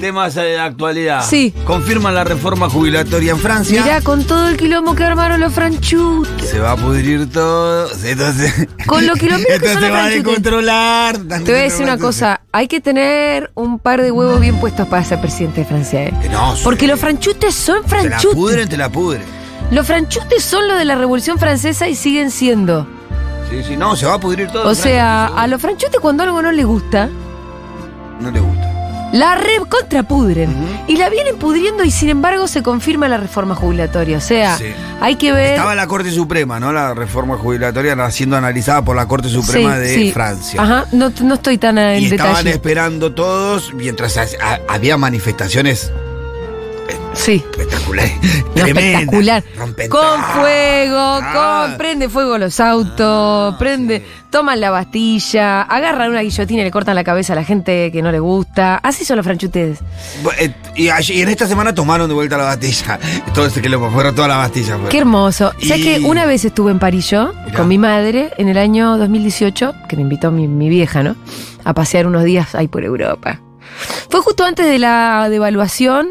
temas de actualidad. Sí. Confirman la reforma jubilatoria en Francia. Mirá, con todo el quilombo que armaron los franchutes. Se va a pudrir todo. Entonces. Con lo que lo- mira que Esto son se los va a franchutes. descontrolar. Te voy a decir una cosa, hay que tener un par de huevos bien puestos para ser presidente de Francia, ¿eh? Eh, No, Porque sí. los franchutes son Te la franchutes. pudren, te la pudren. Los franchutes son lo de la Revolución Francesa y siguen siendo. Sí, sí, no, se va a pudrir O todo. Franco, sea, seguro. a los franchutes cuando algo no les gusta, No le gusta. la rep contrapudren. Ujú. Y la vienen pudriendo y sin embargo se confirma la reforma jubilatoria. O sea, Sí. hay que ver... Estaba la Corte Suprema, ¿no? La reforma jubilatoria la- siendo analizada por la Corte Suprema Sí, de sí. Francia. Ajá, no, no estoy tan en y estaban detalle. esperando todos mientras ha- ha- había manifestaciones Sí. espectaculares. No, tremendas, espectacular. rompen Con todo. fuego, Ah. con, prende fuego los autos, Ah, prende, sí. toman la Bastilla, agarran una guillotina y le cortan la cabeza a la gente que no le gusta. Así son los franchutes. Bu- eh, Y, allí- y en esta semana tomaron de vuelta la Bastilla. Entonces que lo fueron toda la Bastilla. fueron. Qué hermoso. ¿Sabes Y- que una vez estuve en París yo, Mirá. con mi madre, en el año 2018, que me invitó mi, mi vieja, ¿no? A pasear unos días ahí por Europa. Fue justo antes de la devaluación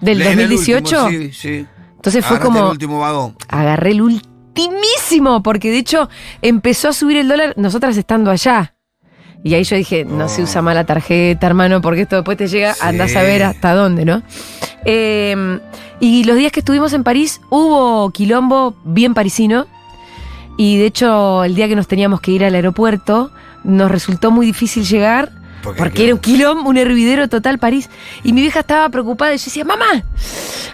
del En el 2018. último, sí, sí. Entonces fue Agarraste el como. último vagón. agarré el ultimísimo, porque de hecho empezó a subir el dólar nosotras estando allá. Y ahí yo dije, no se usa mala tarjeta, hermano, porque esto después te llega, Sí. andás a ver hasta dónde, ¿no? Eh, y los días que estuvimos en París hubo quilombo bien parisino. Y de hecho, el día que nos teníamos que ir al aeropuerto, nos resultó muy difícil llegar. Porque- Porque era un quilombo, un hervidero total París. Y mi vieja estaba preocupada y yo decía, mamá,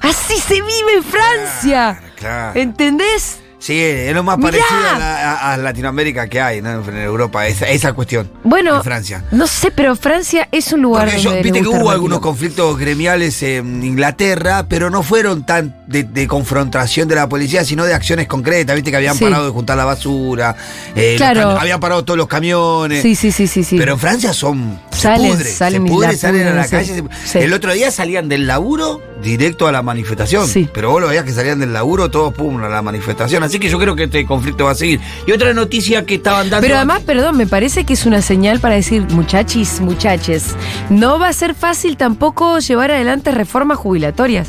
así se vive en Francia. Claro, claro. ¿Entendés? Sí, es lo más Eh, Mirá. parecido a, la- a- a Latinoamérica que hay, ¿no? En Europa, esa, esa cuestión. Bueno, en Francia. no sé, pero Francia es un lugar Porque donde yo- le viste que gusta hubo armar algunos quilombo. conflictos gremiales en Inglaterra, pero no fueron tan de, de confrontación de la policía, sino de acciones concretas. Viste que habían Sí. parado de juntar la basura, eh, los Claro. cami- habían parado todos los camiones. Sí, sí, sí, sí, sí. Pero en Francia son. Salen, se pudre, salen y se pudre, la salen a la pudren, calle. sí. se- Sí. El otro día salían del laburo directo a la manifestación. Sí. Pero vos lo veías que salían del laburo, todos pum, a la manifestación. Así que yo creo que este conflicto va a seguir. Y otra noticia que estaban dando. Pero además, perdón, me parece que es una señal para decir, muchachis, muchaches, no va a ser fácil tampoco llevar adelante reformas jubilatorias.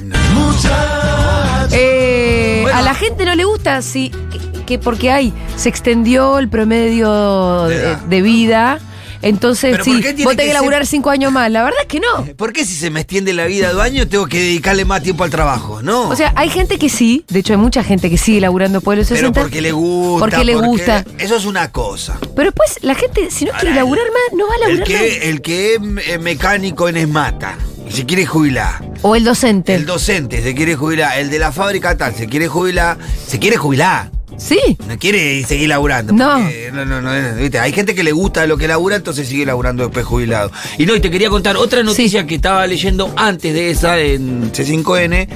Eh, Bueno. a la gente no le gusta, sí, que, que porque hay, se extendió el promedio De de, edad. de vida. Entonces, Pero ¿por sí, qué tiene vos tenés que que laburar ser- cinco años más. La verdad es que no. ¿Por qué si se me extiende la vida de años tengo que dedicarle más tiempo al trabajo? No. O sea, hay gente que sí, de hecho hay mucha gente que sigue laburando por los Oh. pero 60. porque le gusta. Porque le gusta. Eso es una cosa. Pero después la gente, si no quiere laburar más, no va a El laburar más. que, el que es eh, mecánico en esmata y se quiere jubilar. O el docente. El docente se quiere jubilar. El de la fábrica tal se quiere jubilar. Se quiere jubilar. sí. No quiere seguir laburando. No. porque No, no, no, no, ¿viste? Hay gente que le gusta lo que labura, entonces sigue laburando después jubilado. Y no, y te quería contar otra noticia que estaba leyendo antes de esa en C5N,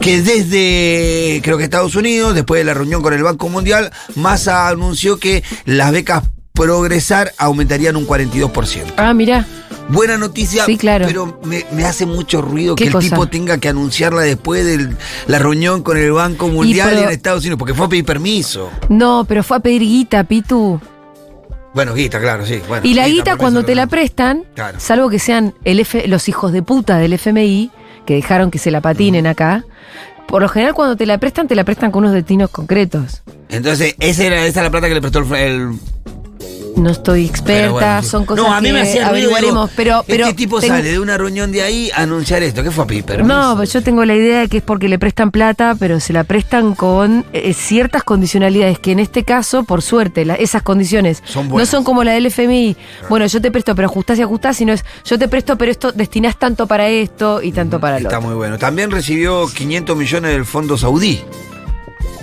que desde, creo que Estados Unidos, después de la reunión con el Banco Mundial, Massa anunció que las becas progresar aumentarían un 42%. Ah, mira. Buena noticia, Sí, claro. pero me, me hace mucho ruido ¿Qué que el cosa? tipo tenga que anunciarla después de la reunión con el Banco Mundial pero- en Estados Unidos, porque fue a pedir permiso. No, pero fue a pedir guita, Pitu. Bueno, guita, claro, sí. bueno, Y la guita permiso, cuando lo- te la prestan, Claro. salvo que sean el F- los hijos de puta del FMI, que dejaron que se la Mm. patinen acá, por lo general cuando te la prestan, te la prestan con unos destinos concretos. Entonces, esa era, esa es la plata que le prestó el... el- No estoy experta, pero bueno, sí. son cosas No, a mí que me hacía ruido, averiguaremos, digo, pero, pero Este tipo tengo- sale de una reunión de ahí a anunciar esto, ¿qué fue a pedir permiso? No, pero yo tengo la idea de que es porque le prestan plata, pero se la prestan con eh, ciertas condicionalidades, que en este caso, por suerte, la- esas condiciones Son no buenas. son como la del FMI. Bueno, yo te presto, pero ajustás y ajustás, sino es yo te presto, pero esto destinás tanto para esto y tanto para lo Está otro. muy bueno. También recibió 500 millones del Fondo Saudí.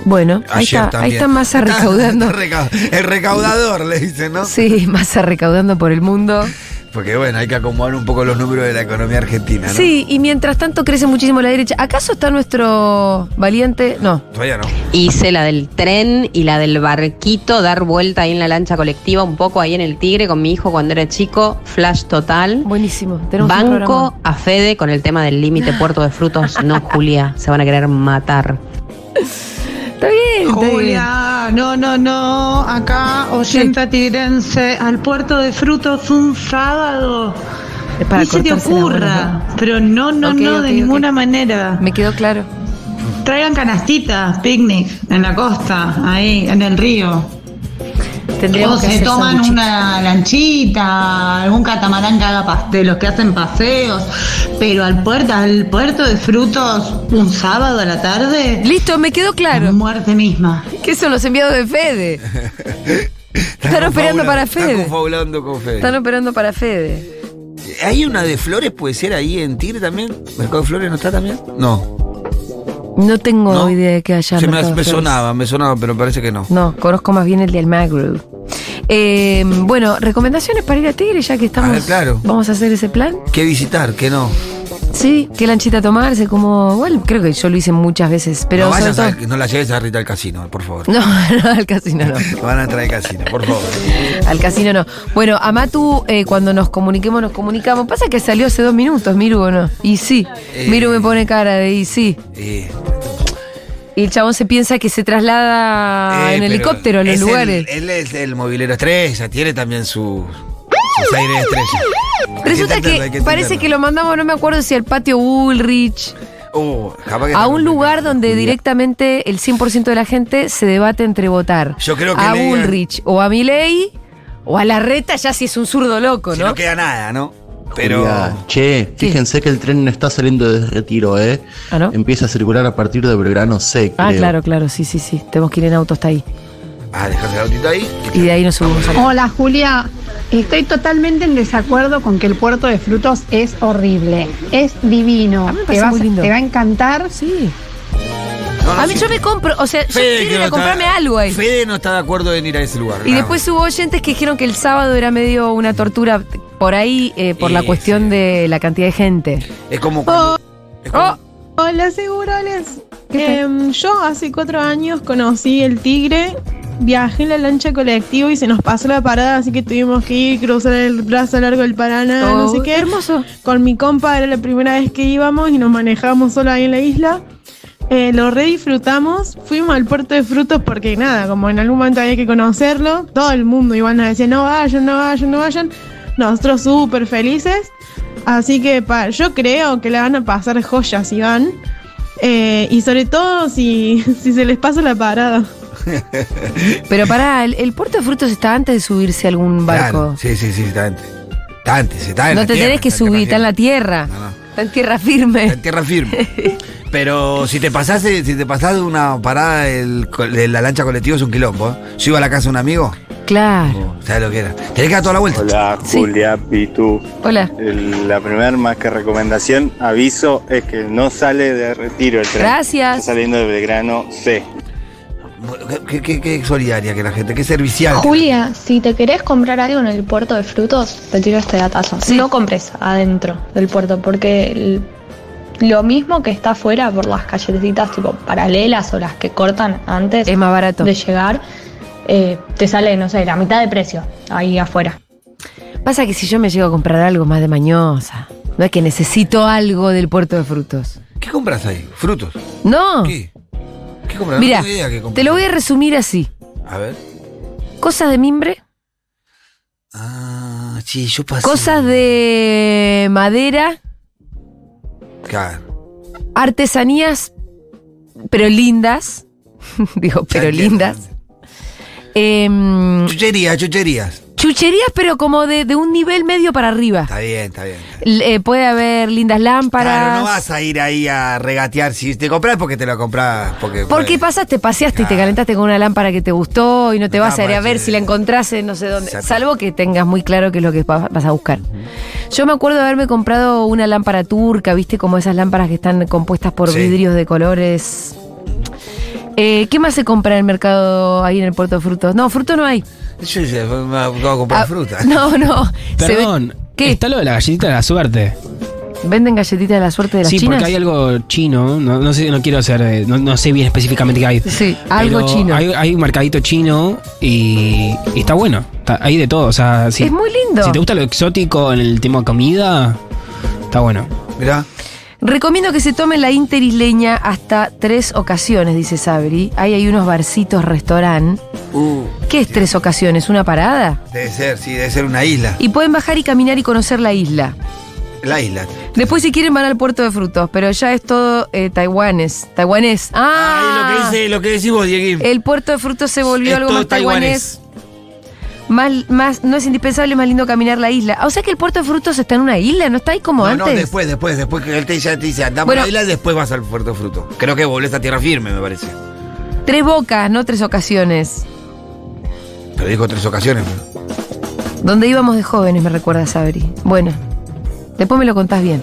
Bueno, ahí Ayer está, también. Ah, ahí está Massa recaudando. Está reca- el recaudador, le dicen, ¿no? Sí, Massa recaudando por el mundo. Porque bueno, hay que acomodar un poco los números de la economía argentina, ¿no? Sí, y mientras tanto crece muchísimo la derecha. ¿Acaso está nuestro valiente? No. Todavía no. Hice la del tren y la del barquito, dar vuelta ahí en la lancha colectiva, un poco ahí en el Tigre con mi hijo cuando era chico, flash total. Buenísimo. Tenemos un Banco programa. a Fede con el tema del límite puerto de frutos, no Julia, se van a querer matar. Está bien. está bien. Julia, no, no, no, acá, oyenta tigrense, al puerto de frutos un sábado. Es para Ni se te cortarse las ocurra. buenas, Pero no, no, Ok, no, ok, de ok. ninguna manera. ¿no? Me quedó claro. Traigan canastitas, picnic, en la costa, ahí, en el río. Tendríamos O que se hacer toman sanguchitos. una lanchita, algún catamarán que haga pas- de los que hacen paseos. Pero al puerto, al puerto de frutos, un sábado a la tarde, Listo, me quedó claro. muerte misma. ¿Qué son los enviados de Fede? Están operando confabulando- para Están Fede. confabulando con Fede. Están operando para Fede. ¿Hay una de flores, puede ser ahí en Tigre también? ¿Mercado de Flores no está también? No. No tengo ¿No? idea de que haya. Se me, mercado de me flores. sonaba, me sonaba, pero parece que no. No, conozco más bien el de Almagro. Eh, bueno, recomendaciones para ir a Tigre, ya que estamos. A ver, Ah, claro. Vamos a hacer ese plan. ¿Qué visitar? ¿Qué no? Sí, qué lanchita tomarse, como. Bueno, creo que yo lo hice muchas veces, pero. no, sobre vayas todo- a- no la lleves a Rita al casino, por favor. no, no, al casino no. Te van a traer al casino, por favor. Al casino no. Bueno, a Matu, eh, cuando nos comuniquemos, nos comunicamos. Pasa que salió hace dos minutos, Miru, ¿o no? Y sí. Eh. Miru me pone cara de y sí. Eh, Y el chabón se piensa que se traslada eh, Ah, en pero helicóptero a los es el- lugares. él es el movilero estrella, tiene también su, sus aires de estrella. Hay Resulta entenderlo, que, hay parece que entenderlo. lo mandamos, no me acuerdo si al patio Bullrich, Oh, capaz que a está un lugar complicado. donde directamente el 100% de la gente se debate entre votar Yo creo que a le digan- Bullrich o a Milei o a la reta, ya si es un zurdo loco, Si ¿no? no queda nada, ¿no? Pero. Julia, che, fíjense que el tren no está saliendo de retiro, ¿eh? Ah, ¿no? Empieza a circular a partir de Belgrano C. Ah, creo. claro, claro, sí, sí, sí. Tenemos que ir en auto hasta ahí. Ah, dejas el autito ahí. Y de ahí nos subimos al Hola Julia, estoy totalmente en desacuerdo con que el puerto de frutos es horrible. Es divino. A mí me te, parece vas- muy lindo. te va a encantar. Sí. No, no, A mí Ah, sí. yo me compro, o sea, yo quiero ir no a está- comprarme algo ahí. Fede no está de acuerdo en ir a ese lugar. Y nada después hubo oyentes que dijeron que el sábado era medio una tortura por ahí, eh, por la Y, cuestión sí. de la cantidad de gente. más. Es como. cuando- es como- Oh, Hola, segurales. ¿Qué Em, yo hace cuatro años conocí el tigre, viajé en la lancha colectiva y se nos pasó la parada, así que tuvimos que ir, cruzar el brazo largo del Paraná, no sé oh, qué. hermoso. Con mi compa era la primera vez que íbamos y nos manejábamos solo ahí en la isla. Eh, lo re disfrutamos, fuimos al puerto de frutos porque nada, como en algún momento había que conocerlo, todo el mundo igual nos decía no vayan, no vayan, no vayan, nosotros súper felices, así que pa- yo creo que le van a pasar joyas si van, Eh, y sobre todo si, si se les pasa la parada. Pero pará, el, el puerto de frutos está antes de subirse a algún barco. Claro, Sí, sí, sí, está antes. Está antes, está en no la te tierra, tenés que está en subir, está en la tierra. No, no. Está en tierra Está firme. en tierra firme. Pero si te pasase, si te pasás de una parada del co- de la lancha colectiva es un quilombo. ¿eh? Yo iba a la casa de un amigo, Claro. ¿sabes lo que era? Tenés que dar toda la vuelta. Hola, Sí. Julia, Pitu. Hola. El- La primera más que recomendación, aviso, es que no sale de retiro el tren. Gracias. Está saliendo de Belgrano C. Qué, qué- qué solidaria que la gente, qué servicial. que la Julia, si te querés comprar algo en el puerto de frutos, te tiro este datazo. Sí. No compres adentro del puerto, porque el- lo mismo que está afuera por las callecitas tipo paralelas o las que cortan antes Es más barato. de llegar, eh, te sale, no sé, la mitad de precio ahí afuera. Pasa que si yo me llego a comprar algo más de mañosa, no es que necesito algo del puerto de frutos. ¿Qué compras ahí? ¿Frutos? No. ¿Qué? ¿Qué compras? Mira, no tengo idea qué compras. Ah. te lo voy a resumir así. A ver. Cosas de mimbre. Ah, sí, yo pasé. Cosas de madera, Claro. artesanías, pero lindas. Digo, pero lindas. Em, Chucherías, chucherías. chucherías, pero como de, de un nivel medio para arriba. Está bien, está bien. está bien. L- eh, puede haber lindas lámparas. Claro, no vas a ir ahí a regatear. Si te compras, porque te lo compras. Porque, Porque pues, pasaste, paseaste y te Claro. calentaste con una lámpara que te gustó y no te No vas a ir a estaba ver para si la que- encontrás en no sé dónde. Exacto. Salvo que tengas muy claro qué es lo que va- vas a buscar. Yo me acuerdo de haberme comprado una lámpara turca, ¿viste? Como esas lámparas que están compuestas por Sí. vidrios de colores. Eh, ¿Qué más se compra en el mercado ahí en el puerto de frutos? No, frutos no hay. Yo dije, me acabo de comprar Ah, fruta. No, no. Se ve- Perdón, ¿Qué? está lo de la galletita de la suerte. ¿Venden galletitas de la suerte de las sí, chinas? porque hay algo chino, no, no sé, no quiero hacer, eh, no, no sé bien específicamente qué hay. Sí, algo pero chino. Hay, hay un mercadito chino y, y está bueno. Está- hay de todo, o sea, si, Es muy lindo. si te gusta lo exótico en el tema comida, está bueno. Mirá. Recomiendo que se tome la interisleña hasta tres ocasiones, dice Sabri. Ahí hay unos barcitos, restaurante. Uh, ¿Qué es tres ocasiones? ¿Una parada? debe ser, sí, debe ser una isla. Y pueden bajar y caminar y conocer la isla. la isla. Después, si quieren, van al puerto de frutos, pero ya es todo eh, taiwanés. Taiwanés. Ah, Ay, lo que dice, lo que decís vos, Dieguín. el puerto de frutos se volvió Es algo todo más taiwanés. Más, más, no es indispensable, más lindo caminar la isla. Ah, O sea que el puerto de frutos está en una isla, ¿no está ahí como No, no, antes? después, después, después que él te, ya te dice, andamos Bueno. a la isla, después vas al Puerto Fruto. Creo que volvés a tierra firme, me parece. Tres bocas, no tres ocasiones. Pero dijo tres ocasiones. Donde íbamos de jóvenes, me recuerda Sabri. Bueno, después me lo contás bien.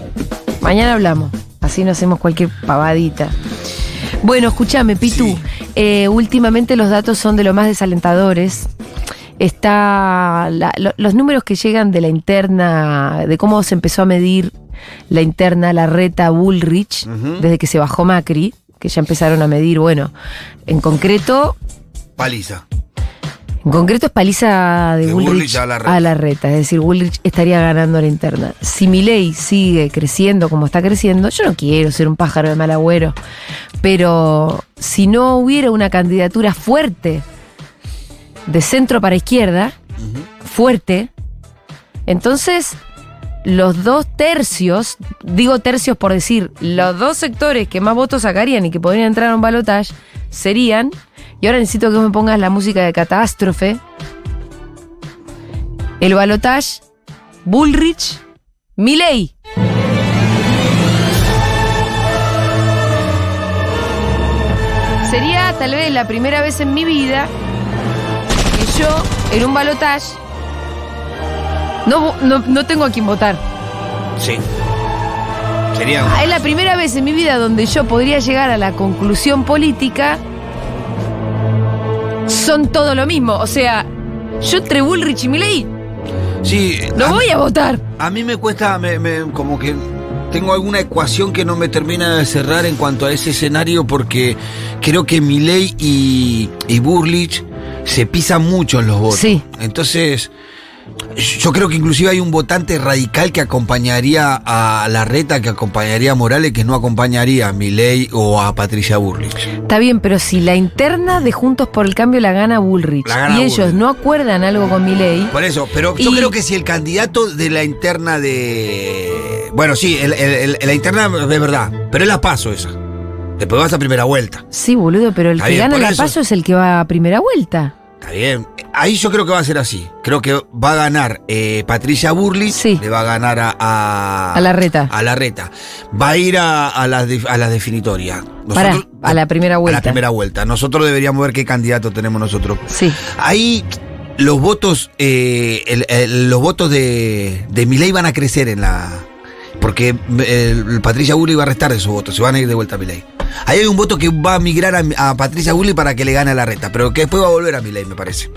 Mañana hablamos. Así no hacemos cualquier pavadita. Bueno, escúchame, Pitu. Eh, últimamente los datos son de lo más desalentadores. Está la- lo- los números que llegan de la interna, de cómo se empezó a medir la interna, la reta Bullrich, Ujú. desde que se bajó Macri, que ya empezaron a medir, bueno, en concreto Paliza. en concreto es paliza de, De Bullrich, Bullrich a a, la Larreta. reta. Es decir, Bullrich estaría ganando la interna. Si Milei sigue creciendo como está creciendo, yo no quiero ser un pájaro de mal agüero, pero si no hubiera una candidatura fuerte de centro para izquierda, fuerte, entonces los dos tercios, digo tercios por decir, los dos sectores que más votos sacarían y que podrían entrar a un balotaje serían, y ahora necesito que vos me pongas la música de catástrofe, el balotaje Bullrich, Milei. Sería tal vez la primera vez en mi vida que yo, en un balotaje, no, vo- no, no tengo a quién votar. Sí. Sería Ah, Es la primera vez en mi vida donde yo podría llegar a la conclusión política. Son todo lo mismo. O sea, yo entre Bullrich y Milei Sí. no voy a votar. A mí me cuesta, me- me- como que tengo alguna ecuación que no me termina de cerrar en cuanto a ese escenario porque creo que Milei y, y Burlich se pisan mucho en los votos. Sí. Entonces, yo creo que inclusive hay un votante radical que acompañaría a Larreta, que acompañaría a Morales, que no acompañaría a Milei o a Patricia Burlich. Está bien, pero si la interna de Juntos por el Cambio la gana Bullrich La gana y ellos Bullrich. no acuerdan algo con Milei, Por eso, pero yo Y- creo que si el candidato de la interna de... Bueno, sí, el- el- el- la interna es verdad, pero es la paso esa. Después vas a primera vuelta. sí, boludo, pero el Está que bien, gana por la eso. paso es el que va a primera vuelta. Está bien. Ahí yo creo que va a ser así. Creo que va a ganar eh, Patricia Burley. Le va a ganar a, a. A Larreta. A Larreta. Va a ir a, a las de- a las definitorias. Nosotros- Pará, a la primera a la vuelta. primera vuelta. Nosotros deberíamos ver qué candidato tenemos nosotros. Sí. Ahí los votos, eh, el- el- los votos de, de Milei van a crecer en la. Porque eh, el Patricia Burley va a restar de sus votos, se van a ir de vuelta a Milei. Ahí hay un voto que va a migrar a, a Patricia Burley para que le gane a la reta, pero que después va a volver a Milei, me parece.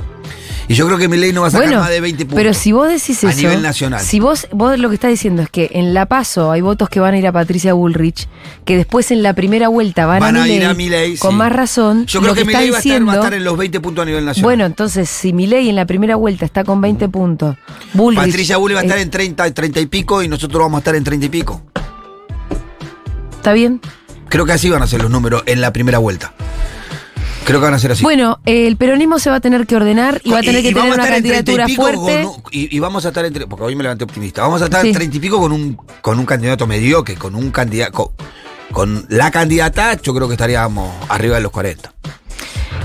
Y yo creo que Milei no va a sacar Bueno, más de 20 puntos. pero si vos decís a eso. nivel nacional. Si vos, vos lo que estás diciendo es que en La Paso hay votos que van a ir a Patricia Bullrich, que después en la primera vuelta van, Van a ir Milei, a Milei, Con sí. más razón. yo creo lo que, que, está Milei va, a estar- diciendo, va a estar en los 20 puntos a nivel nacional. Bueno, entonces, si Milei en la primera vuelta está con 20 puntos, Bullrich. Patricia Burley va a estar eh, en 30, 30 y pico y nosotros vamos a estar en 30 y pico. ¿Está bien? Creo que así van a ser los números en la primera vuelta. Creo que van a ser así. Bueno, eh, el peronismo se va a tener que ordenar y va a tener que tener vamos a una estar en 30 y candidatura pico fuerte. con un- y, y vamos a estar entre. Porque hoy me levanté optimista. Vamos a estar Sí. en 30 y pico con un, con un candidato mediocre, con un candidato. Con, con la candidata, yo creo que estaríamos arriba de los 40.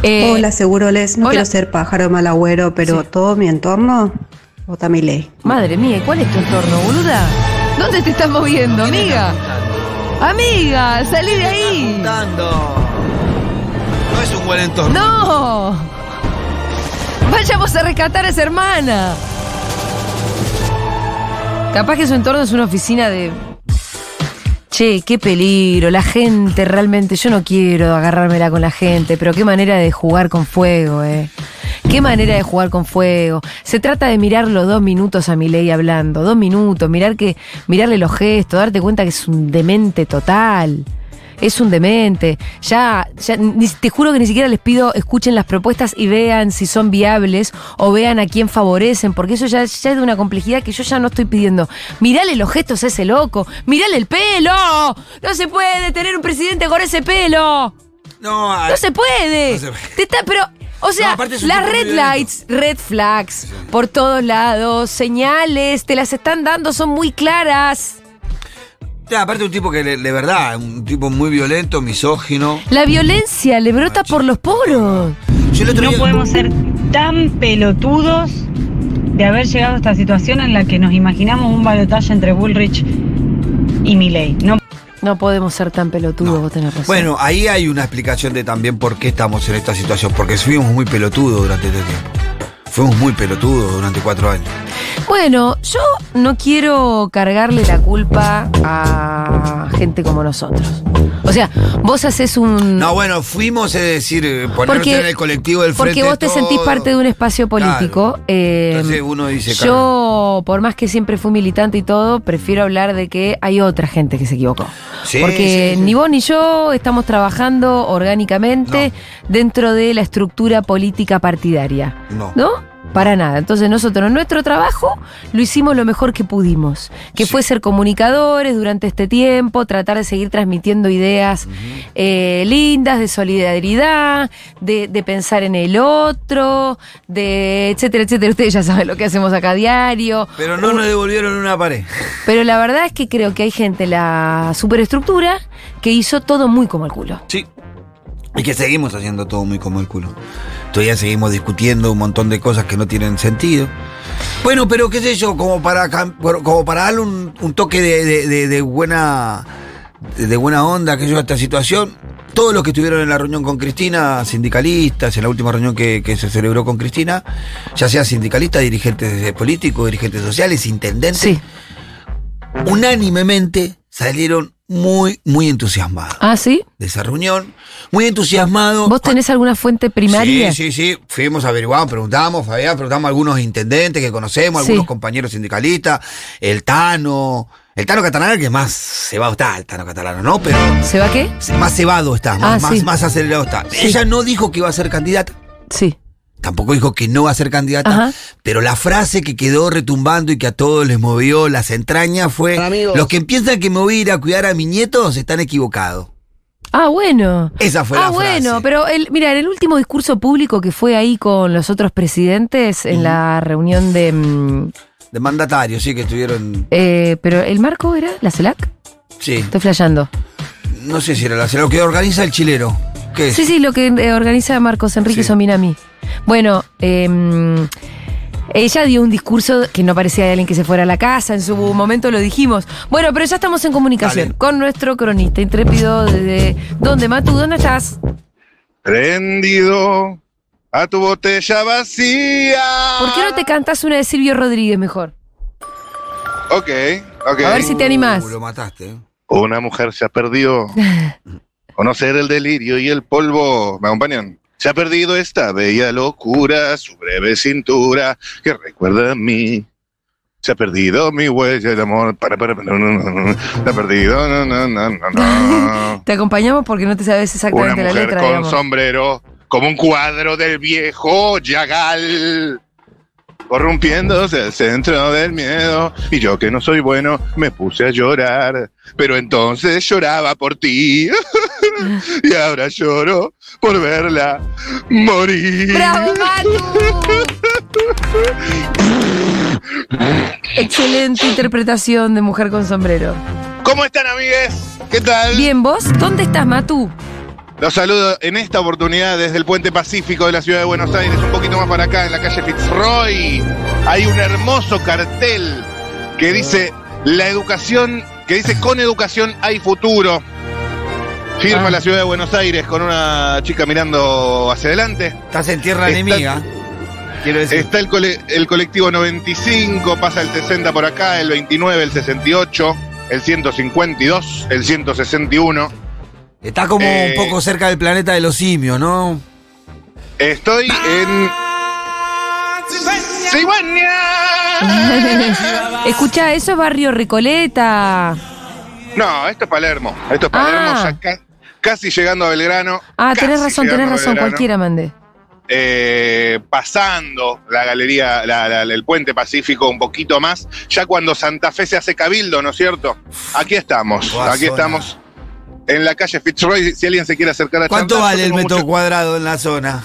Eh, hola, Seguroles. No hola. quiero ser pájaro malagüero, pero todo mi entorno vota mi ley. Madre mía, ¿cuál es tu entorno, boluda? ¿Dónde te estás moviendo, amiga? Amiga, salí de ahí. No es un buen entorno. ¡No! Vayamos a rescatar a esa hermana. Capaz que su entorno es una oficina de. Che, qué peligro, la gente realmente, yo no quiero agarrármela con la gente, pero qué manera de jugar con fuego, eh. Qué manera de jugar con fuego. Se trata de mirarlo dos minutos a mi ley hablando, dos minutos, mirar que, mirarle los gestos, darte cuenta que es un demente total. Es un demente. Ya, ya ni- te juro que ni siquiera les pido escuchen las propuestas y vean si son viables o vean a quién favorecen, porque eso ya, ya es de una complejidad que yo ya no estoy pidiendo. Mirale los gestos a ese loco, mirale el pelo. No se puede tener un presidente con ese pelo. No, a- No se puede. No se puede. Te está- pero, o sea, aparte es un las tipo muy red violento. lights, red flags, por todos lados, señales, te las están dando, son muy claras. Nah, aparte un tipo que de, de verdad, un tipo muy violento, misógino. La violencia le brota por los poros. no podemos ser tan pelotudos de haber llegado a esta situación en la que nos imaginamos un balotaje entre Bullrich y Milley. No. No podemos ser tan pelotudos, vos tenés razón. Bueno, ahí hay una explicación de también por qué estamos en esta situación. Porque fuimos muy pelotudos durante este tiempo. Fuimos muy pelotudos durante cuatro años. Bueno, yo no quiero cargarle la culpa a gente como nosotros. O sea, vos haces un... No, bueno, fuimos, es decir, eh, ponernos Mm. Porque- en el colectivo del frente. Porque vos te todo. sentís parte de un espacio político. eh, Entonces uno dice, yo, por más que siempre fui militante y todo, prefiero hablar de que hay otra gente que se equivocó. Sí, Porque sí, sí. ni vos ni yo estamos trabajando orgánicamente dentro de la estructura política partidaria. No. Para nada. Entonces nosotros nuestro trabajo lo hicimos lo mejor que pudimos, que fue ser comunicadores durante este tiempo, tratar de seguir transmitiendo ideas eh, lindas, de solidaridad, de, de pensar en el otro, de etcétera, etcétera. Ustedes ya saben lo que hacemos acá a diario. Pero no nos devolvieron una pared. Pero la verdad es que creo que hay gente en la superestructura que hizo todo muy como el culo. Sí. Y que seguimos haciendo todo muy como el culo. Todavía seguimos discutiendo un montón de cosas que no tienen sentido. Bueno, pero qué sé yo, como para, cam- como para darle un, un toque de, de- de- de buena de buena onda que yo a esta situación, todos los que estuvieron en la reunión con Cristina, sindicalistas, en la última reunión que, que se celebró con Cristina, ya sean sindicalistas, dirigentes eh, políticos, dirigentes sociales, intendentes, unánimemente salieron muy, muy entusiasmados Ah, sí. de esa reunión, muy entusiasmado. ¿Vos tenés alguna fuente primaria? Sí, sí, sí. Fuimos averiguando, preguntamos, Fabián, preguntamos a algunos intendentes que conocemos, Sí. algunos compañeros sindicalistas, el Tano. El Tano Catalán, el que más cebado está, el Tano Catalano, ¿no? Pero ¿Se va qué? más cebado está, más, Ah, más, sí. más acelerado está. Ella no dijo que iba a ser candidata. Sí. Tampoco dijo que no va a ser candidata, pero la frase que quedó retumbando y que a todos les movió las entrañas fue: Los que piensan que me voy a ir a cuidar a mis nietos están equivocados. Ah, bueno. Esa fue ah, la frase. bueno, pero el, mira, en el último discurso público que fue ahí con los otros presidentes en la reunión de... mm, De mandatarios, sí, que estuvieron. eh, pero el marco era la CELAC. Sí. Estoy flasheando. No sé si era la lo que organiza el chilero. ¿Qué es? Sí, sí, lo que eh, organiza Marcos Enrique Sominami. Bueno, eh, ella dio un discurso que no parecía de alguien que se fuera a la casa, en su momento lo dijimos. Bueno, pero ya estamos en comunicación con nuestro cronista intrépido desde... ¿Dónde, Matu? ¿Dónde estás? Prendido a tu botella vacía. ¿Por qué no te cantas una de Silvio Rodríguez mejor? Ok, ok. A ver si te animás. Lo mataste. eh. Una mujer se ha perdido. Conocer el delirio y el polvo. ¿Me acompañan? Se ha perdido esta bella locura, su breve cintura que recuerda a mí. Se ha perdido mi huella, el amor. Para, para, para, no, no, no, no. Se ha perdido. No, no, no, no, no. Te acompañamos porque no te sabes Una exactamente la mujer letra. con digamos. sombrero, como un cuadro del viejo Yagal, corrompiéndose el centro del miedo. Y yo que no soy bueno, me puse a llorar, pero entonces lloraba por ti. y ahora lloro por verla morir. ¡Bravo, Manu! Excelente interpretación de mujer con sombrero. ¿Cómo están, amigues? ¿Qué tal? Bien, ¿vos? ¿Dónde estás, Matu? Los saludo en esta oportunidad desde el puente pacífico de la ciudad de Buenos Aires, un poquito más para acá, en la calle Fitzroy. Hay un hermoso cartel que dice la educación, que dice con educación hay futuro. Ah. Firma la ciudad de Buenos Aires con una chica mirando hacia adelante. Estás en tierra enemiga. Quiero decir. Está el, cole- el colectivo 95, pasa el 60 por acá, el 29, el 68, el 152, el 161. Está como Eh, un poco cerca del planeta de los simios, ¿no? Estoy en. Escucha, eso es Barrio Recoleta. No, esto es Palermo. Esto es Palermo, Ah. ya ca- casi llegando a Belgrano. Ah, tenés casi razón, tenés llegando a razón, Belgrano. cualquiera mandé. Eh, pasando la galería, la- la- el puente pacífico un poquito más, ya cuando Santa Fe se hace cabildo, ¿no es cierto? Aquí estamos, Buena aquí zona. estamos en la calle Fitzroy, si alguien se quiere acercar a ¿Cuánto charlar, yo vale el tengo metro mucho- cuadrado en la zona?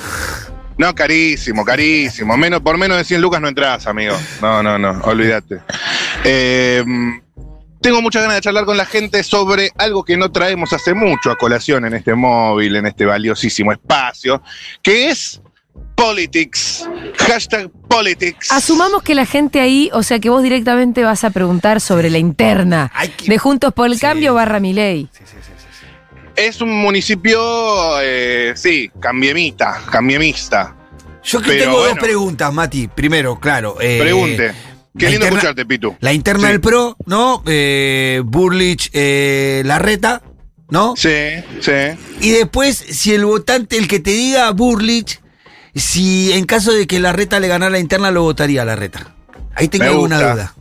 No, carísimo, carísimo. Menos, por menos de 100 lucas no entras, amigo. No, no, no, olvídate. Eh, Tengo muchas ganas de charlar con la gente sobre algo que no traemos hace mucho a colación en este móvil, en este valiosísimo espacio, que es politics. Hashtag politics. Asumamos que la gente ahí, o sea que vos directamente vas a preguntar sobre la interna de Juntos por el Cambio barra Miley. Es un municipio, eh, sí, cambiemita, cambiemista. Yo que Pero tengo bueno. dos preguntas, Mati. Primero, claro. eh, Pregunte. Qué la lindo interna- escucharte, Pitu. La interna Sí. del PRO, ¿no? Eh, Burlich, eh, Larreta, ¿no? Sí, sí. Y después, si el votante, el que te diga Burlich, si en caso de que Larreta le ganara la interna, lo votaría Larreta. Ahí tengo Me alguna gusta. duda.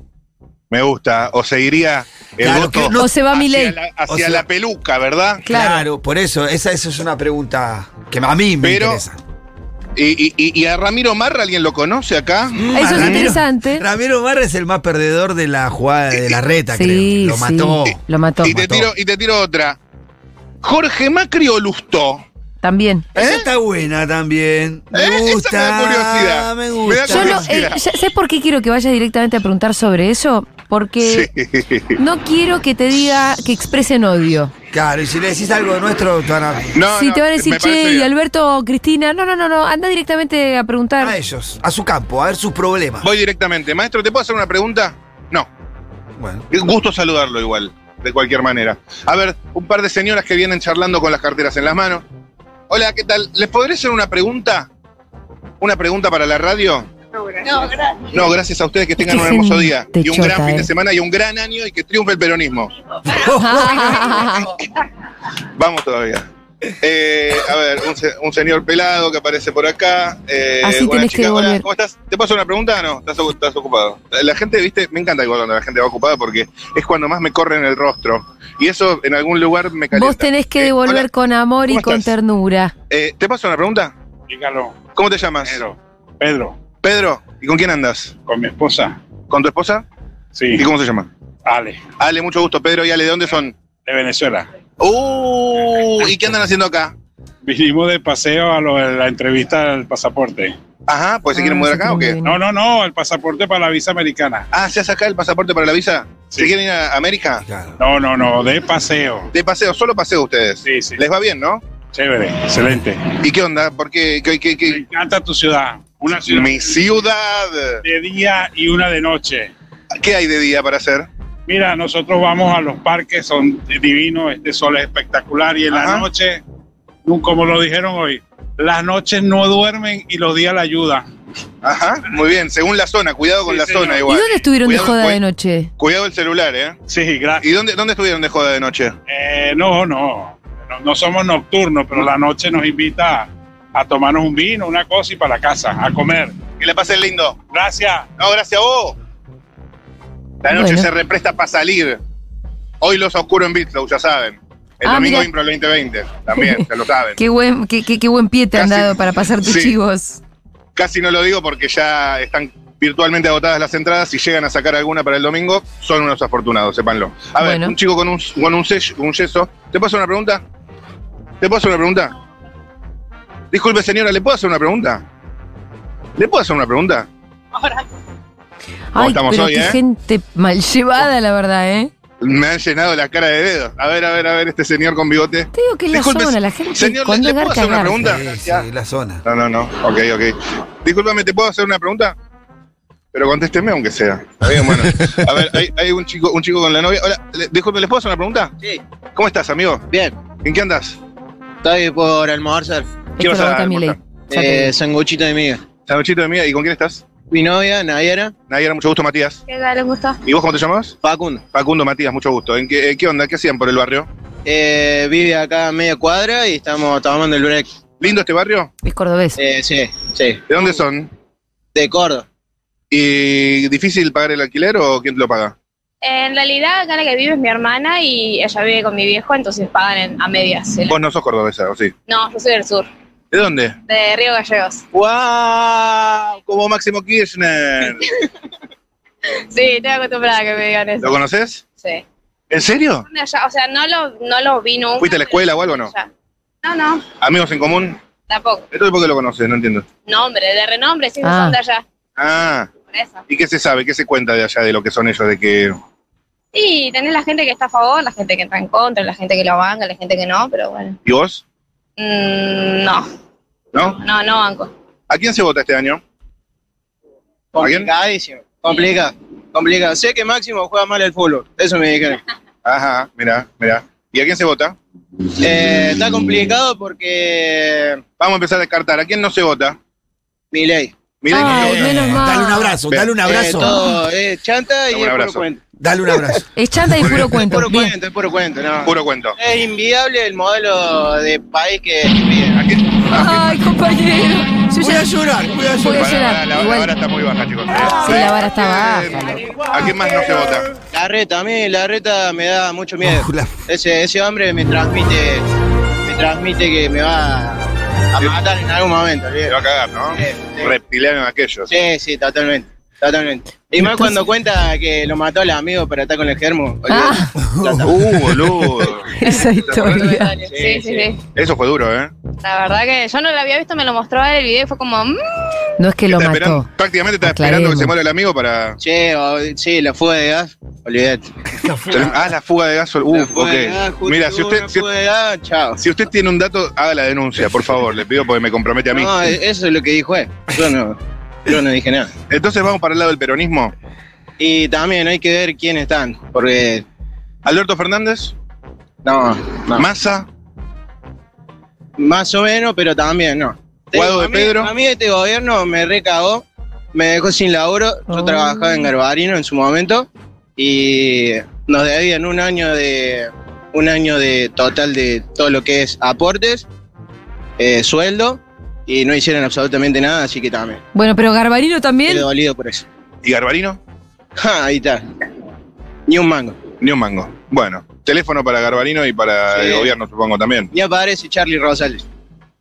Me gusta. O seguiría el Claro, voto que no- O se va hacia Milei. la- O hacia se la va. peluca, ¿verdad? Claro, por eso, esa, esa es una pregunta que a mí me Pero- interesa. Y, y- y- y a Ramiro Marra alguien lo conoce acá? Eso es interesante. Ramiro Barra es el más perdedor de la jugada de la reta, Sí, creo. Lo sí, mató. ¿Eh? Lo mató. Y te, tiro, y te tiro otra. ¿Jorge Macri o Lustó? También. Esa está buena también. Me ¿Eh? Esa gusta. me da curiosidad. Me Me da gusta. Yo no, eh, ya- ¿Sabes por qué quiero que vayas directamente a preguntar sobre eso? Porque no quiero que te diga que expresen odio. Claro, y si le decís algo nuestro, te van a. No, si no, te van a decir, me parece che, y bien. Alberto, Cristina, no, no, no, no, anda directamente a preguntar. A ellos, a su campo, a ver sus problemas. Voy directamente. Maestro, ¿te puedo hacer una pregunta? No. Bueno. Es gusto saludarlo igual, de cualquier manera. A ver, un par de señoras que vienen charlando con las carteras en las manos. Hola, ¿qué tal? ¿Les podré hacer una pregunta? ¿Una pregunta para la radio? No, gracias a ustedes que tengan Qué un hermoso gente día. Y un chota, gran fin eh. de semana y un gran año y que triunfe el peronismo. Vamos todavía. Eh, a ver, un, se- un señor pelado que aparece por acá. Eh, Así una tenés que chica. Hola, volver. ¿cómo estás? ¿Te paso una pregunta o no? ¿Estás, ocu- estás ocupado? La gente, viste, me encanta igual cuando la gente va ocupada porque es cuando más me corren el rostro. Y eso en algún lugar me calienta. Vos tenés que Eh, devolver hola, con amor y ¿cómo con estás? ternura. eh, ¿Te paso una pregunta? ¿Cómo te llamas? Pedro. Pedro. Pedro, ¿y con quién andas? Con mi esposa. ¿Con tu esposa? Sí. ¿Y cómo se llama? Ale. Ale, mucho gusto, Pedro. ¿Y Ale, de dónde son? de Venezuela. ¡Uh! ¿Y qué andan haciendo acá? Vinimos de paseo a lo de la entrevista del pasaporte. Ajá, pues se quieren mudar acá o qué? No, no, no, el pasaporte para la visa americana. Ah, ¿se hace acá el pasaporte para la visa? ¿Se quieren ir a América? No, no, no, de paseo. De paseo, solo paseo ustedes. Sí, sí. ¿Les va bien, no? Chévere, excelente. ¿Y qué onda? ¿Por qué? ¿Qué- qué- qué? Me encanta tu ciudad. Una ciudad Mi ciudad. de día y una de noche. ¿Qué hay de día para hacer? Mira, nosotros vamos a los parques, son divinos, este sol es espectacular y en la Ajá. noche, como lo dijeron hoy, las noches no duermen y los días la ayudan. Ajá, muy bien, según la zona, cuidado con Sí, la señor. zona ¿Y igual. dónde estuvieron de Cuidado- pues. joda de cui- noche? Cuidado el celular, ¿eh? Sí, gracias. ¿Y dónde, dónde estuvieron de joda de noche? Eh, no, no, no, no somos nocturnos, pero la noche nos invita a tomarnos un vino, una cosa y para la casa, a comer. Que le pasen lindo. Gracias. No, gracias a vos. La noche Bueno. se represta para salir. Hoy los oscuro en Bitlow, ya saben. El Ah, domingo mirá. Impro 2020, también, se lo saben. Qué buen, qué, qué- qué buen pie te han dado para pasar tus sí. chivos. Casi no lo digo porque ya están virtualmente agotadas las entradas. Si llegan a sacar alguna para el domingo, son unos afortunados, sépanlo. A ver, Bueno. un chico con un, con un, sello- un yeso. ¿Te puedo hacer una pregunta? ¿Te puedo hacer una pregunta? Disculpe, señora, ¿le puedo hacer una pregunta? ¿Le puedo hacer una pregunta? ¿Cómo Ay, estamos pero hoy, qué eh? gente mal llevada, la verdad, ¿eh? Me han llenado la cara de dedos. A ver, a ver, a ver, este señor con bigote. Te digo que es la Disculpe, zona, la gente señor, ¿le- cuando le puedo garca, hacer una garca. pregunta? Sí, sí, la zona. No, no, no. Ok, ok. Discúlpame, ¿te puedo hacer una pregunta? Pero contésteme aunque sea. Está bien, bueno. A ver, hay, hay un chico, un chico con la novia. Hola, le- disculpe, ¿les puedo hacer una pregunta? Sí. ¿Cómo estás, amigo? Bien. ¿En qué andas? Estoy por almorzar. ¿Qué vas a almorzar? Eh, sanguchito de miga. Sanguchito de miga. ¿Y con quién estás? Mi novia, Nayara. Nayara, mucho gusto, Matías. ¿Qué tal? ¿Les gusta? ¿Y vos cómo te llamas? Facundo. Facundo Matías, mucho gusto. ¿En qué, eh, qué onda? ¿Qué hacían por el barrio? Eh, vive acá a media cuadra y estamos tomando el break. ¿Lindo este barrio? Es cordobés. Eh, sí, sí. ¿De dónde son? De Córdoba. ¿Y difícil pagar el alquiler o quién te lo paga? En realidad, acá la que vive es mi hermana y ella vive con mi viejo, entonces pagan en- a medias. el- Vos no sos cordobesa, ¿o sí? No, yo soy del sur, ¿De dónde? de Río Gallegos. ¡Wow! Como Máximo Kirchner. Sí, estoy acostumbrada a que me digan eso. ¿Lo conoces? Sí. ¿En serio? Son de allá, O sea, no lo, no lo vi nunca. ¿Fuiste a la pero escuela o son algo o de no? allá. No, no, ¿Amigos en común? tampoco. Entonces, ¿por qué lo conoces? No entiendo. Nombre, de renombre, sí, no Ah. son de allá. Ah, Por eso. ¿y qué se sabe? ¿Qué se cuenta de allá de lo que son ellos? De que Y tenés la gente que está a favor, la gente que está en contra, la gente que lo banca, la gente que no, pero bueno. ¿Y vos? Mm, no, ¿No? no, no banco. ¿A quién se vota este año? ¿A quién? Complicadísimo. Complica, complica. Sé que Máximo juega mal al fútbol, eso me dijeron. Ajá, mirá, mirá. ¿Y a quién se vota? Eh, está complicado porque Vamos a empezar a descartar. ¿A quién no se vota? Milei. Milei no se Ay, vota. menos mal. Dale un abrazo, Pues Bien. dale un Eh, abrazo. todo, eh, chanta y Un es puro abrazo. cuento. Dale un abrazo. Es chanta y puro cuento. Puro Bien. cuento, es puro cuento, no. Puro cuento. Es inviable el modelo de país que vive. ¿A quién? Ay, compañero. Yo Voy ya- a llorar, voy a Voy a llorar. Pará, llorar. La, la Igual. Ah, vara está muy baja, chicos. Eh, Sí, la vara está baja. ¿A quién más no se vota? La reta, a mí la reta me da mucho miedo. Uf, la- Ese, ese hombre me transmite, me transmite que me va a matar en algún momento. Se olvídate. va a cagar, ¿no? Sí, sí. Reptiliano aquellos. Sí, sí, totalmente. Totalmente. Y más cuando cuenta que lo mató el amigo para estar con el germo. Ah. Uh, boludo. Esa historia. Sí, sí, sí, Eso fue duro, ¿eh? La verdad que yo no la había visto, me lo mostró él el video y fue como, mmm, No es que lo Está esperando- mató. prácticamente está Aclaremos. esperando que se muera el amigo para. Che, o- sí, la fuga de gas, olvidate. Ah, la fuga de gas. La Uf, fuga ok. de gas, justo Mira, si hubo usted, una si, fuga de gas, chao. si usted tiene un dato, haga la denuncia, por favor. Le pido porque me compromete a mí. No, e- eso es lo que dijo él. Yo no, yo no dije nada. Entonces vamos para el lado del peronismo. Y también hay que ver quiénes están, porque Alberto Fernández, no, no. Massa, Más o menos, pero también no. Te Guado digo, de a mí- Pedro. A mí este gobierno me recagó, me dejó sin laburo. Yo Oh. trabajaba en Garbarino en su momento y nos debían un año de un año de total de todo lo que es aportes, eh, sueldo y no hicieron absolutamente nada, así que también. Bueno, pero Garbarino Quedé también. dolido por eso. ¿Y Garbarino? Ja, ahí está. Ni un mango. Ni un mango. Bueno, teléfono para Garbarino y para Sí. el gobierno, supongo también. Ni aparece Charlie Rosales.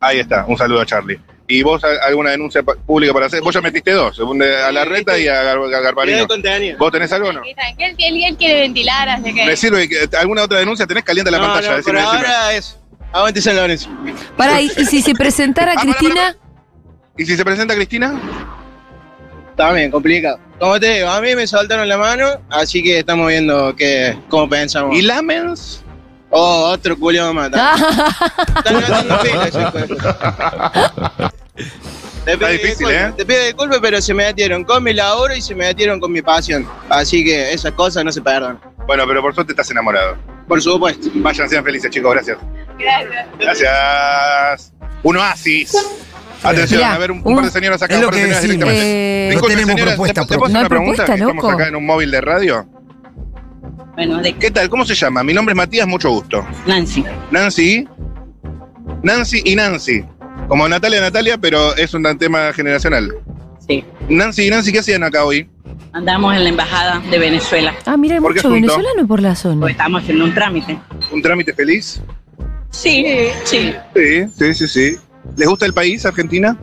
Ahí está, un saludo a Charlie. ¿Y vos a- alguna denuncia pa- pública para hacer? Vos ya metiste dos, a la reta y a, Gar- a Garbarino. contenido. ¿Vos tenés algo o no? él, él- él quiere ventilar, así que... Me sirve que alguna otra denuncia tenés caliente la No, pantalla. no, decime, por decime. ahora es. Aguante San Lorenzo. Para, y, y si se presentara Ah, pará, Cristina. ¿Y si se presenta Cristina? También, complicado. Como te digo, a mí me saltaron la mano, así que estamos viendo que, cómo pensamos. ¿Y Lamens? Oh, otro culo mata. Ah, Están levantando filas, Te pido difícil, disculpas, ¿eh? Te pido disculpas, pero se me metieron con mi labor y se me metieron con mi pasión. Así que esas cosas no se perdonan. Bueno, pero por suerte estás enamorado. Por supuesto. Vayan, sean felices, chicos, gracias. Gracias. Gracias. Un oasis. Atención, Mirá, a ver, un, un par de señoras acá. es un lo par de que señoras decimos. Eh, no Disculpen, tenemos señoras, propuesta ¿te- te puedo propia. No hacer hay una propuesta, pregunta? Que Estamos loco. acá en un móvil de radio. Bueno, de ¿Qué tal? ¿Cómo se llama? Mi nombre es Matías, mucho gusto. Nancy. Nancy. Nancy y Nancy. Como Natalia Natalia, pero es un tema generacional. Sí. Nancy y Nancy, ¿qué hacían acá hoy? Andamos en la embajada de Venezuela. Ah, mira, hay ¿Por qué mucho junto? venezolano por la Porque zona. estamos haciendo un trámite. ¿Un trámite feliz? Sí, sí. Sí, sí, sí, sí. ¿Les gusta el país, Argentina?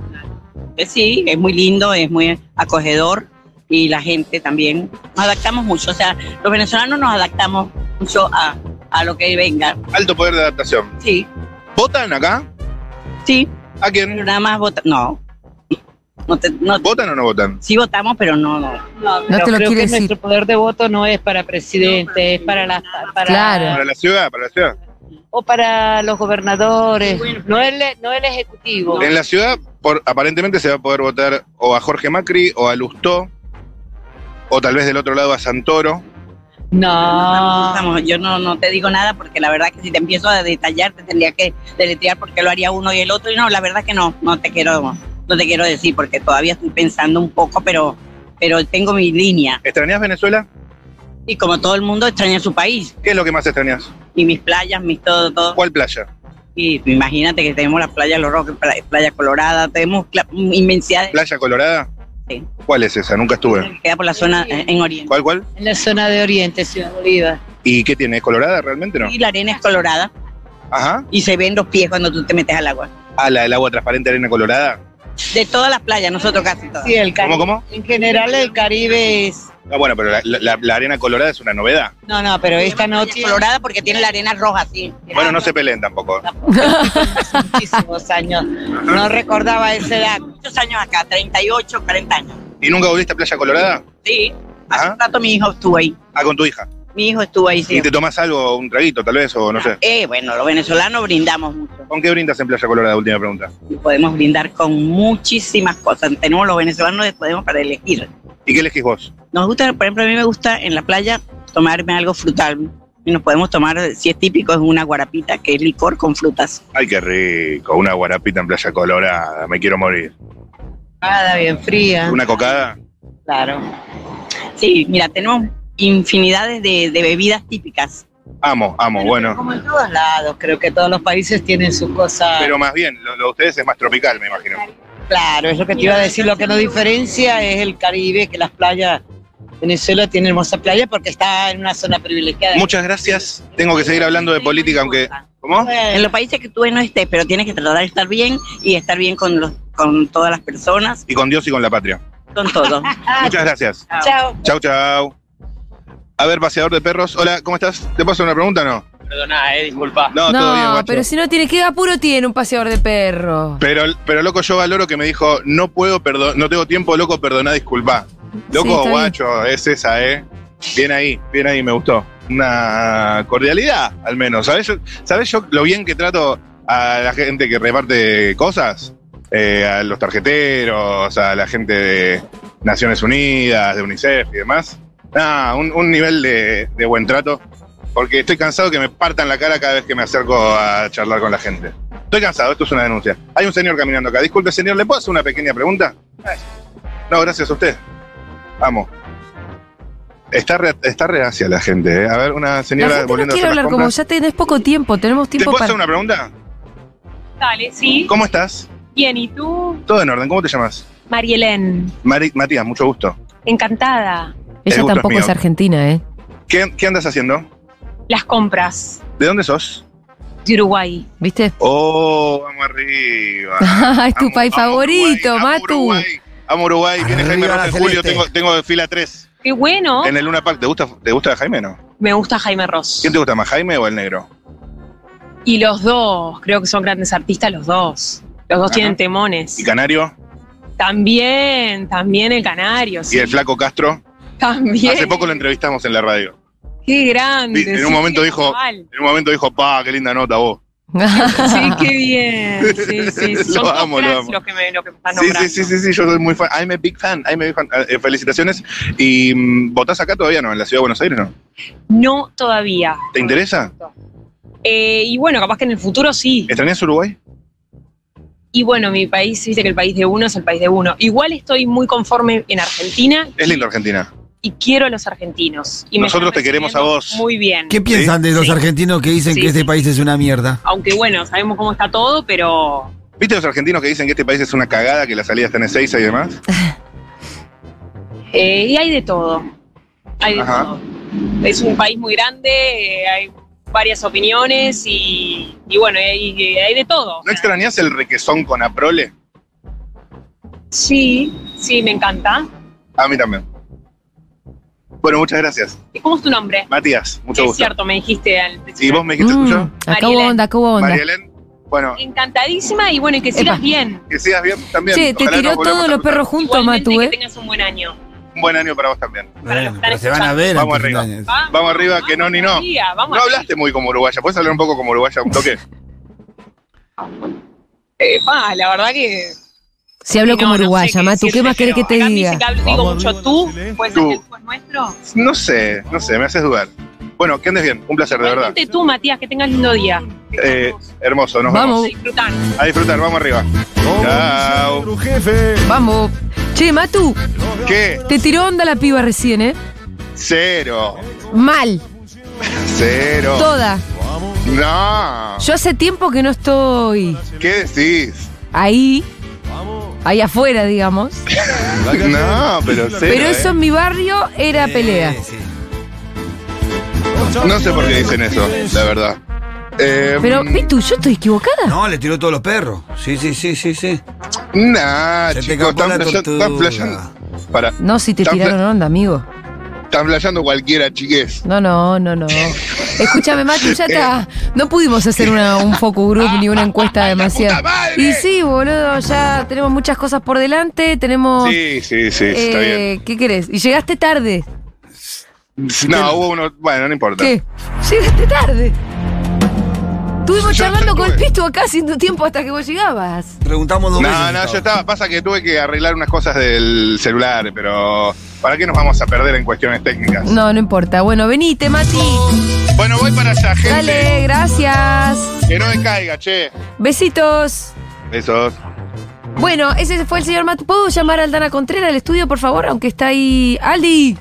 Eh, Sí, es muy lindo, es muy acogedor y la gente también. Nos adaptamos mucho. O sea, los venezolanos nos adaptamos mucho a, a lo que venga. Alto poder de adaptación. Sí, ¿Votan acá? sí. ¿A quién? Pero nada más vota. No. No te- no- ¿Votan o no votan? sí votamos, pero no. No, No te lo quiere decir. Nuestro poder de voto no es para presidente, es para las para Claro. Para la ciudad, para la ciudad. o para los gobernadores, no el no el ejecutivo. En la ciudad, por, aparentemente se va a poder votar o a Jorge Macri o a Lustó, o tal vez del otro lado a Santoro. No. Vamos, yo no, no te digo nada porque la verdad que si te empiezo a detallar te tendría que deletrear porque lo haría uno y el otro y no, la verdad que no, no te quiero, no te quiero decir porque todavía estoy pensando un poco, pero, pero tengo mi línea ¿Extrañas Venezuela? y como todo el mundo extraña su país ¿Qué es lo que más extrañas? y mis playas, mis todo, todo ¿Cuál playa? y imagínate que tenemos las playas Los Roques, pla- playa Colorada, tenemos cla- inmensidad de ¿Playa Colorada? Sí. ¿Cuál es esa? Nunca estuve. que queda por la zona eh, en Oriente ¿Cuál, cuál? En la zona de Oriente, Ciudad Bolívar. ¿Y qué tiene? ¿Es colorada realmente o no? y la arena es colorada Ajá. y se ven los pies cuando tú te metes al agua Ah, la del agua transparente, arena colorada. de todas las playas, nosotros casi todas. Sí, el ¿Cómo, Caribe. cómo? En general el Caribe es Ah, bueno, pero la, la- la arena colorada es una novedad. No, no, pero esta no tiene colorada porque tiene la arena roja, sí. Bueno, no se peleen tampoco. muchísimos años. No recordaba esa edad. Muchos años acá, 38, 40 años. ¿Y nunca volviste a Playa Colorada? Sí. Ajá. Hace un rato mi hijo estuvo ahí. Ah, con tu hija. Mi hijo estuvo ahí Y te siempre. tomas algo, un traguito tal vez, o no sé. Eh, bueno, los venezolanos brindamos mucho. ¿Con qué brindas en Playa Colorada? Última pregunta. Y podemos brindar con muchísimas cosas. Tenemos los venezolanos que podemos para elegir. ¿Y qué elegís vos? Nos gusta, por ejemplo, a mí me gusta en la playa tomarme algo frutal. Y nos podemos tomar, si es típico, es una guarapita, que es licor con frutas. Ay, qué rico, una guarapita en Playa Colorada, me quiero morir. Nada, bien fría. ¿Una cocada? Claro. Sí, mira, tenemos infinidades de, de bebidas típicas. Amo, amo, bueno. en todos lados, creo que todos los países tienen sus cosas. Pero más bien, lo, lo de ustedes es más tropical, me imagino. Claro, es lo que te iba a decir. Lo que nos diferencia es el Caribe, que las playas. Venezuela tiene hermosas playas porque está en una zona privilegiada. Muchas gracias. Tengo que seguir hablando de política, aunque. ¿Cómo? En los países que tú no estés, pero tienes que tratar de estar bien y estar bien con, los, con todas las personas, Y con Dios y con la patria. con todo. Muchas gracias. Chao. Chau, chau. A ver, paseador de perros. Hola, ¿cómo estás? ¿Te puedo hacer una pregunta o no? Perdoná, eh, disculpa. No, todo bien, guacho. pero si no tiene, ¿qué apuro tiene un paseador de perro? Pero, pero loco, yo valoro que me dijo, no puedo perdonar, no tengo tiempo, loco, perdoná, disculpa. Sí, Loco, está bien. guacho, es esa, ¿eh? Bien ahí, bien ahí, me gustó. Una cordialidad, al menos. ¿Sabés yo, sabés yo lo bien que trato a la gente que reparte cosas? Eh, a los tarjeteros, a la gente de Naciones Unidas, de UNICEF y demás. Ah, un, un nivel de, de buen trato. Porque estoy cansado que me partan la cara cada vez que me acerco a charlar con la gente. Estoy cansado, esto es una denuncia. Hay un señor caminando acá. Disculpe, señor, ¿le puedo hacer una pequeña pregunta? No, gracias a usted. Vamos. Está, re, está reacia la gente. ¿eh? A ver, una la señora gente no volviendo quiere a hacer las hablar ¿eh? como compras. ya tenés poco tiempo, tenemos ¿Te tiempo puedo para. hacer una pregunta? Dale, sí. ¿Cómo estás? Bien, ¿y tú? Todo en orden. ¿Cómo te llamas? Marielén, Mari- Matías, mucho gusto. encantada. El Ella gusto es tampoco mío. es, argentina, ¿eh? ¿Qué, qué andas haciendo? Las compras ¿De dónde sos? de Uruguay. ¿Viste? Oh, vamos arriba. Ah, es tu país favorito, Matu. Amo Uruguay. Viene Jaime Arriba Roca en la julio. celeste. Tengo, tengo de fila 3 Qué bueno. en el Luna Park. ¿Te gusta, ¿Te gusta Jaime o no? Me gusta Jaime Ross. ¿Quién te gusta más, Jaime o el negro? Y los dos, creo que son grandes artistas los dos. Los dos Ajá. tienen temones. ¿Y Canario? También, también el Canario. sí. ¿Y el flaco Castro? También. Hace poco lo entrevistamos en la radio. Qué grande. Di- en sí, un momento qué dijo, chaval. en un momento dijo, pa, qué linda nota vos. Sí, qué bien. Sí, sí. Lo Son dos amo, lo cracks amo. Los que me, lo que me están Sí, nombrando. sí, sí, sí, sí, yo soy muy fan. I'm a big fan, I'm a big fan. Eh, felicitaciones. ¿Y mm, votás acá todavía no? ¿En la ciudad de Buenos Aires no? No todavía. ¿Te interesa? Eh, y bueno, capaz que en el futuro sí. ¿Extrañas Uruguay? Y bueno, mi país, viste que el país de uno es el país de uno. Igual estoy muy conforme en Argentina Es lindo Argentina. y quiero a los argentinos. Y me Nosotros están te queremos recibiendo a vos. Muy bien. ¿Qué piensan de los argentinos que dicen Sí, que este país es una mierda? Aunque bueno, sabemos cómo está todo, pero ¿Viste los argentinos que dicen que este país es una cagada, que la salida está en Ezeiza y demás? eh, y hay de todo. Hay de Ajá. todo. Es un país muy grande, eh, hay varias opiniones y, y bueno, hay, eh, hay de todo. ¿No extrañas el requesón con Aprole? Sí, sí, me encanta. A mí también. Bueno, muchas gracias. ¿Y ¿Cómo es tu nombre? Matías, mucho es gusto. cierto, me dijiste al Mm, ¿Y vos me dijiste el tuyo? Acá hubo mm. Ah, onda, acá hubo onda. María Elena, bueno, Encantadísima y bueno, y que sigas bien. que sigas bien también. Che, te Ojalá tiró nos volvamos todos a los perros juntos, Matú, ¿eh? Que tengas un buen año. Un buen año para vos también. pero se van a ver Vamos antes arriba. de años. Vamos, arriba, que no ni no. María, vamos no arriba. hablaste muy como uruguaya. ¿Puedes hablar un poco como uruguaya? Un toque. Eh, pa, la verdad que. Se habló No, como no sé uruguaya, qué Matu, ¿qué decirte, más querés que pero te acá me diga? dice que hablo- digo mucho tú, puede ser que Tú. tú es nuestro. No sé, no sé, me haces dudar. Bueno, que andes bien. Un placer, de verdad. Ponte tú, Matías, que tengas lindo día. Eh, hermoso, nos vemos. Disfrutar. A disfrutar, vamos arriba. Chao. jefe. Vamos. Che, Matu, ¿Qué? te tiró onda la piba recién, ¿eh? Cero. Mal, Cero. toda. No. Yo hace tiempo que no estoy ¿Qué decís? ahí, ahí afuera, digamos. No, pero cero. Pero eh. eso en mi barrio era pelea. No sé por qué dicen eso, la verdad. Eh, Pero, Pitu, yo estoy equivocada. No, le tiró todos los perros. Sí, sí, sí, sí, sí. Nah, Se te escapó chicos, están la flasheando. están tortuga. flasheando- Pará, No, si te Tan tiraron onda, amigo. están flasheando cualquiera, chiques. No, no, no, no. Escúchame, Matu, ya está. No pudimos hacer una- un focus group ni una encuesta demasiado. Y sí, boludo, ya tenemos muchas cosas por delante, tenemos... Sí, sí, sí, está eh, bien. ¿Qué querés? Y llegaste tarde. No, hubo uno. Bueno, no importa. ¿Qué? Llegaste tarde. Estuvimos charlando con el pisto acá haciendo tiempo hasta que vos llegabas. Preguntamos dos no, veces. no, yo estaba. Pasa que tuve que arreglar unas cosas del celular, pero ¿para qué nos vamos a perder en cuestiones técnicas? No, no importa. Bueno, venite, Mati. Bueno, voy para allá, gente. Dale, gracias. Que no me caiga, che. Besitos. Besos. Bueno, ese fue el señor Mati. ¿Puedo llamar a Aldana Contreras al estudio, por favor? Aunque está ahí. ¡Aldi!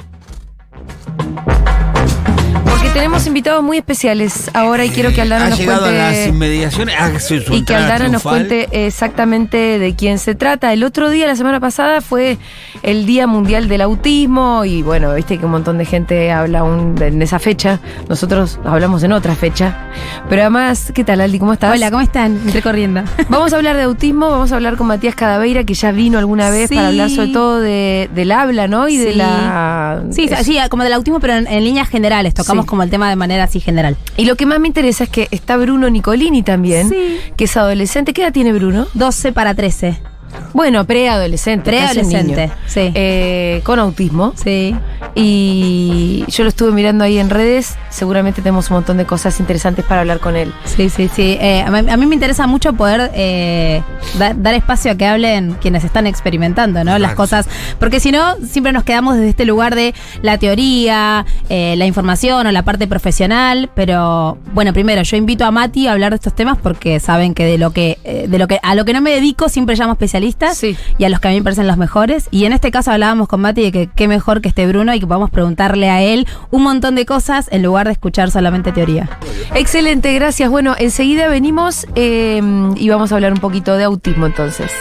Porque tenemos invitados muy especiales ahora y quiero que Aldana ha nos llegado a las cuente. inmediaciones. hace Y su que entrada Aldana nos triunfal. cuente exactamente de quién se trata. El otro día, la semana pasada, fue el Día Mundial del Autismo y bueno, viste que un montón de gente habla un- en esa fecha. Nosotros hablamos en otra fecha. Pero además, ¿qué tal, Aldi? ¿Cómo estás? Hola, ¿cómo están? Entré corriendo. Vamos a hablar de autismo, vamos a hablar con Matías Cadaveira, que ya vino alguna vez Sí. para hablar sobre todo de, del habla, ¿no? Y de Sí. la... Sí, sí, es- sí, como del autismo, pero en, en líneas generales. Tocamos Sí. como el tema de manera así general. Y lo que más me interesa es que está Bruno Nicolini también, que es adolescente. ¿Qué edad tiene Bruno? 12 para 13. Bueno, preadolescente. casi un Preadolescente, niño. Eh, con autismo. Sí. Y yo lo estuve mirando ahí en redes. Seguramente tenemos un montón de cosas interesantes para hablar con él. Sí, sí, sí. Eh, a, mí, a mí me interesa mucho poder eh, da- dar espacio a que hablen quienes están experimentando, ¿no? Las Exacto. cosas. Porque si no, siempre nos quedamos desde este lugar de la teoría, eh, la información o la parte profesional. Pero bueno, primero, yo invito a Mati a hablar de estos temas porque saben que de lo que, eh, de lo que a lo que no me dedico siempre llamo especialistas y a los que a mí me parecen los mejores. Y en este caso hablábamos con Mati de que qué mejor que esté Bruno y que podamos preguntarle a él un montón de cosas en lugar de escuchar solamente teoría. Excelente, gracias. Bueno, enseguida venimos eh, y vamos a hablar un poquito de autismo entonces.